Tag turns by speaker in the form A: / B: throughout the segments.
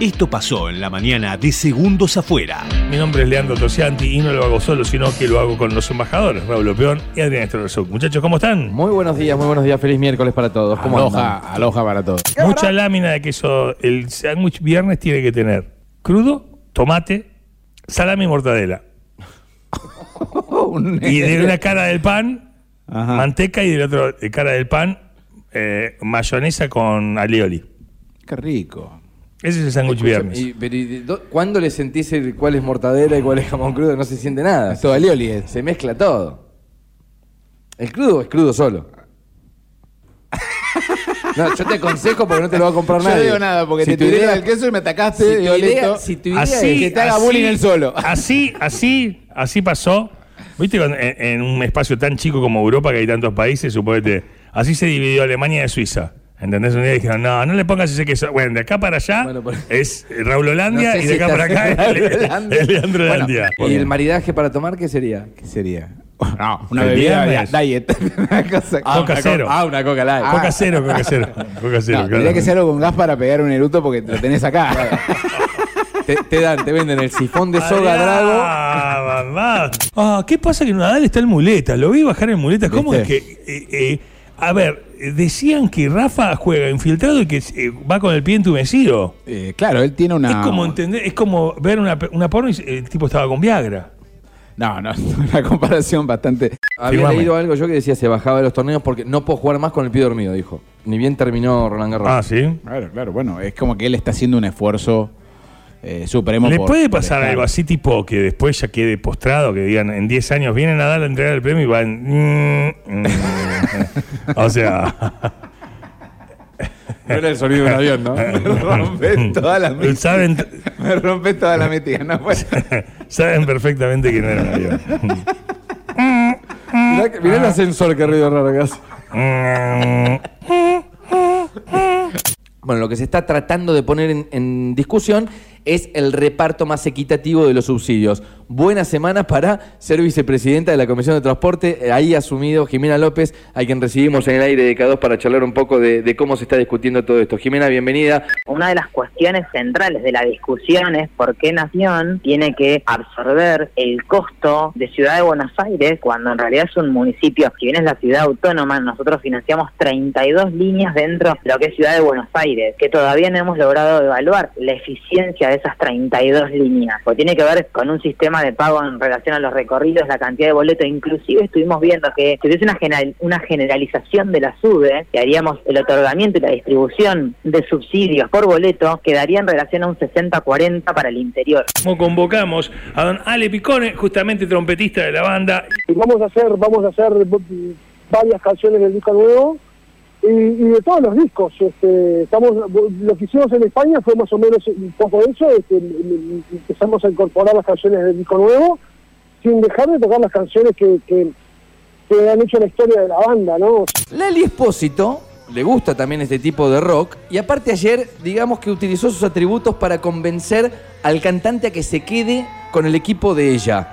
A: Esto pasó en la mañana de Segundos Afuera.
B: Mi nombre es Leandro Tosianti y no lo hago solo, sino que lo hago con los embajadores, Raúl Opeón y Adrián Estrozuk. Muchachos, ¿cómo están?
C: Muy buenos días, muy buenos días. Feliz miércoles para todos. ¿Cómo
D: Aloja,
C: andan?
D: aloja para todos.
B: Mucha lámina de queso. El sándwich viernes tiene que tener crudo, tomate, salami y mortadela. Y de una cara del pan, manteca y del otro de cara del pan, eh, mayonesa con alioli.
D: Qué rico.
B: Ese es el sándwich viernes.
C: Y- pero y de do- ¿Cuándo le sentís el cuál es mortadela y cuál es jamón crudo? No se siente nada.
D: Esto alioli es.
C: Se mezcla todo. ¿El crudo es crudo solo? No, yo te aconsejo porque no te lo va a comprar
D: Yo
C: nadie.
D: no digo nada porque
C: Si
D: te
C: tu
D: tiré
C: idea-
D: al queso y me atacaste.
C: si tu
D: digo,
C: idea-
D: listo.
C: si tu idea
B: Así,
C: es
D: que te haga
B: así,
D: bullying él solo.
B: Así, así, así pasó. Viste, cuando- en, en un espacio tan chico como Europa, que hay tantos países, suponete. Así se dividió Alemania de Suiza. ¿Entendés? Un día dijeron, no, no le pongas ese queso. Bueno, de acá para allá
C: Bueno, por-
B: es Raúl Holandia
C: no sé
B: y de
C: si
B: acá para
C: está-
B: acá es Le- es Leandro
C: Bueno,
B: Holandia.
C: ¿Y el maridaje para tomar qué sería?
D: ¿Qué sería? No, una
B: El
D: bebida
B: viernes.
D: ya, diet. una cosa.
B: Ah, Coca
C: una
B: cero.
C: co- Ah, una coca light.
B: Coca cero, coca cero. Coca cero,
D: no,
B: claro.
D: tendría que ser algo con gas para pegar un eruto porque lo tenés acá.
C: Te, te dan, te venden el sifón de soga drago.
B: Ah, mamá. Ah, ¿Qué pasa que Nadal está en muleta? Lo vi bajar en muleta. ¿Cómo
D: ¿Viste?
B: es que.? eh, eh, a ver, eh, decían que Rafa juega infiltrado y que eh, va con el pie entumecido.
D: Eh, claro, él tiene una.
B: Es como entender, es como ver una, pe- una porno y eh, el tipo estaba con Viagra.
D: No, no, una comparación bastante.
C: Había
B: Firmame.
C: leído algo yo que decía se bajaba de los torneos porque no puedo jugar más con el pie dormido, dijo. Ni bien terminó Roland Garros.
B: Ah, sí.
D: Claro, claro, bueno, es como que él está haciendo un esfuerzo eh, supremo.
B: ¿Le
D: por-
B: puede
D: por
B: pasar
D: estar-
B: algo así, tipo que después ya quede postrado, que digan en 10 años viene Nadal a entregar el premio y van. mm, mm"? o sea.
C: No era el sonido de un avión, ¿no?
D: Me rompes toda la mítica.
B: Saben,
D: Me rompes toda la mítica. No, puede ser.
B: saben perfectamente que no era un avión.
C: Mirá, que- mirá el ascensor, qué ruido raro que hace. Bueno, lo que se está tratando de poner en, en discusión es el reparto más equitativo de los subsidios. Buena semana para ser vicepresidenta de la Comisión de Transporte, eh, ahí asumido Jimena López, a quien recibimos en el aire de K2 para charlar un poco de, de cómo se está discutiendo todo esto. Jimena, bienvenida.
E: Una de las cuestiones centrales de la discusión es por qué Nación tiene que absorber el costo de Ciudad de Buenos Aires cuando en realidad es un municipio, si bien es la ciudad autónoma, nosotros financiamos 32 líneas dentro de lo que es Ciudad de Buenos Aires, que todavía no hemos logrado evaluar la eficiencia de esas 32 líneas, porque tiene que ver con un sistema de pago en relación a los recorridos, la cantidad de boletos, inclusive estuvimos viendo que si hubiese una, general- una generalización de la SUBE, que haríamos el otorgamiento y la distribución de subsidios por boleto, quedaría en relación a un 60-40 para el interior.
B: Como convocamos a don Ale Picone, justamente trompetista de la banda.
F: Y vamos a hacer vamos a hacer mm, varias canciones del disco nuevo y, y de todos los discos este, estamos lo que hicimos en España fue más o menos un poco eso este, mm, mm, empezamos a incorporar las canciones del disco nuevo sin dejar de tocar las canciones que, que, que han hecho la historia de la banda no
C: Lali Espósito le gusta también este tipo de rock y aparte ayer digamos que utilizó sus atributos para convencer al cantante a que se quede con el equipo de ella.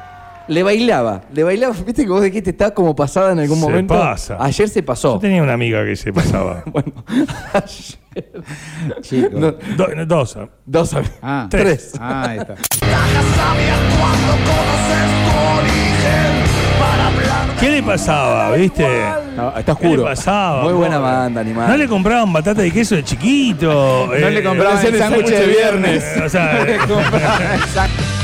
C: Le bailaba, le bailaba, viste que vos dijiste estaba como pasada en algún
B: Se
C: momento.
B: pasa.
C: Ayer se pasó.
B: Yo tenía una amiga que se pasaba.
C: Bueno, ayer.
D: Chico.
C: No,
B: Do- dos. ah.
C: dos am-
D: Ah,
C: Tres.
D: Ah, ahí está.
B: ¿Qué le pasaba, viste?
D: No, está
B: ¿Qué le
D: oscuro.
B: pasaba?
C: Muy buena
B: No,
C: banda, animal.
B: No le compraban batata de queso de chiquito.
D: No le compraban el sándwich de viernes.
B: Eh, o sea, eh,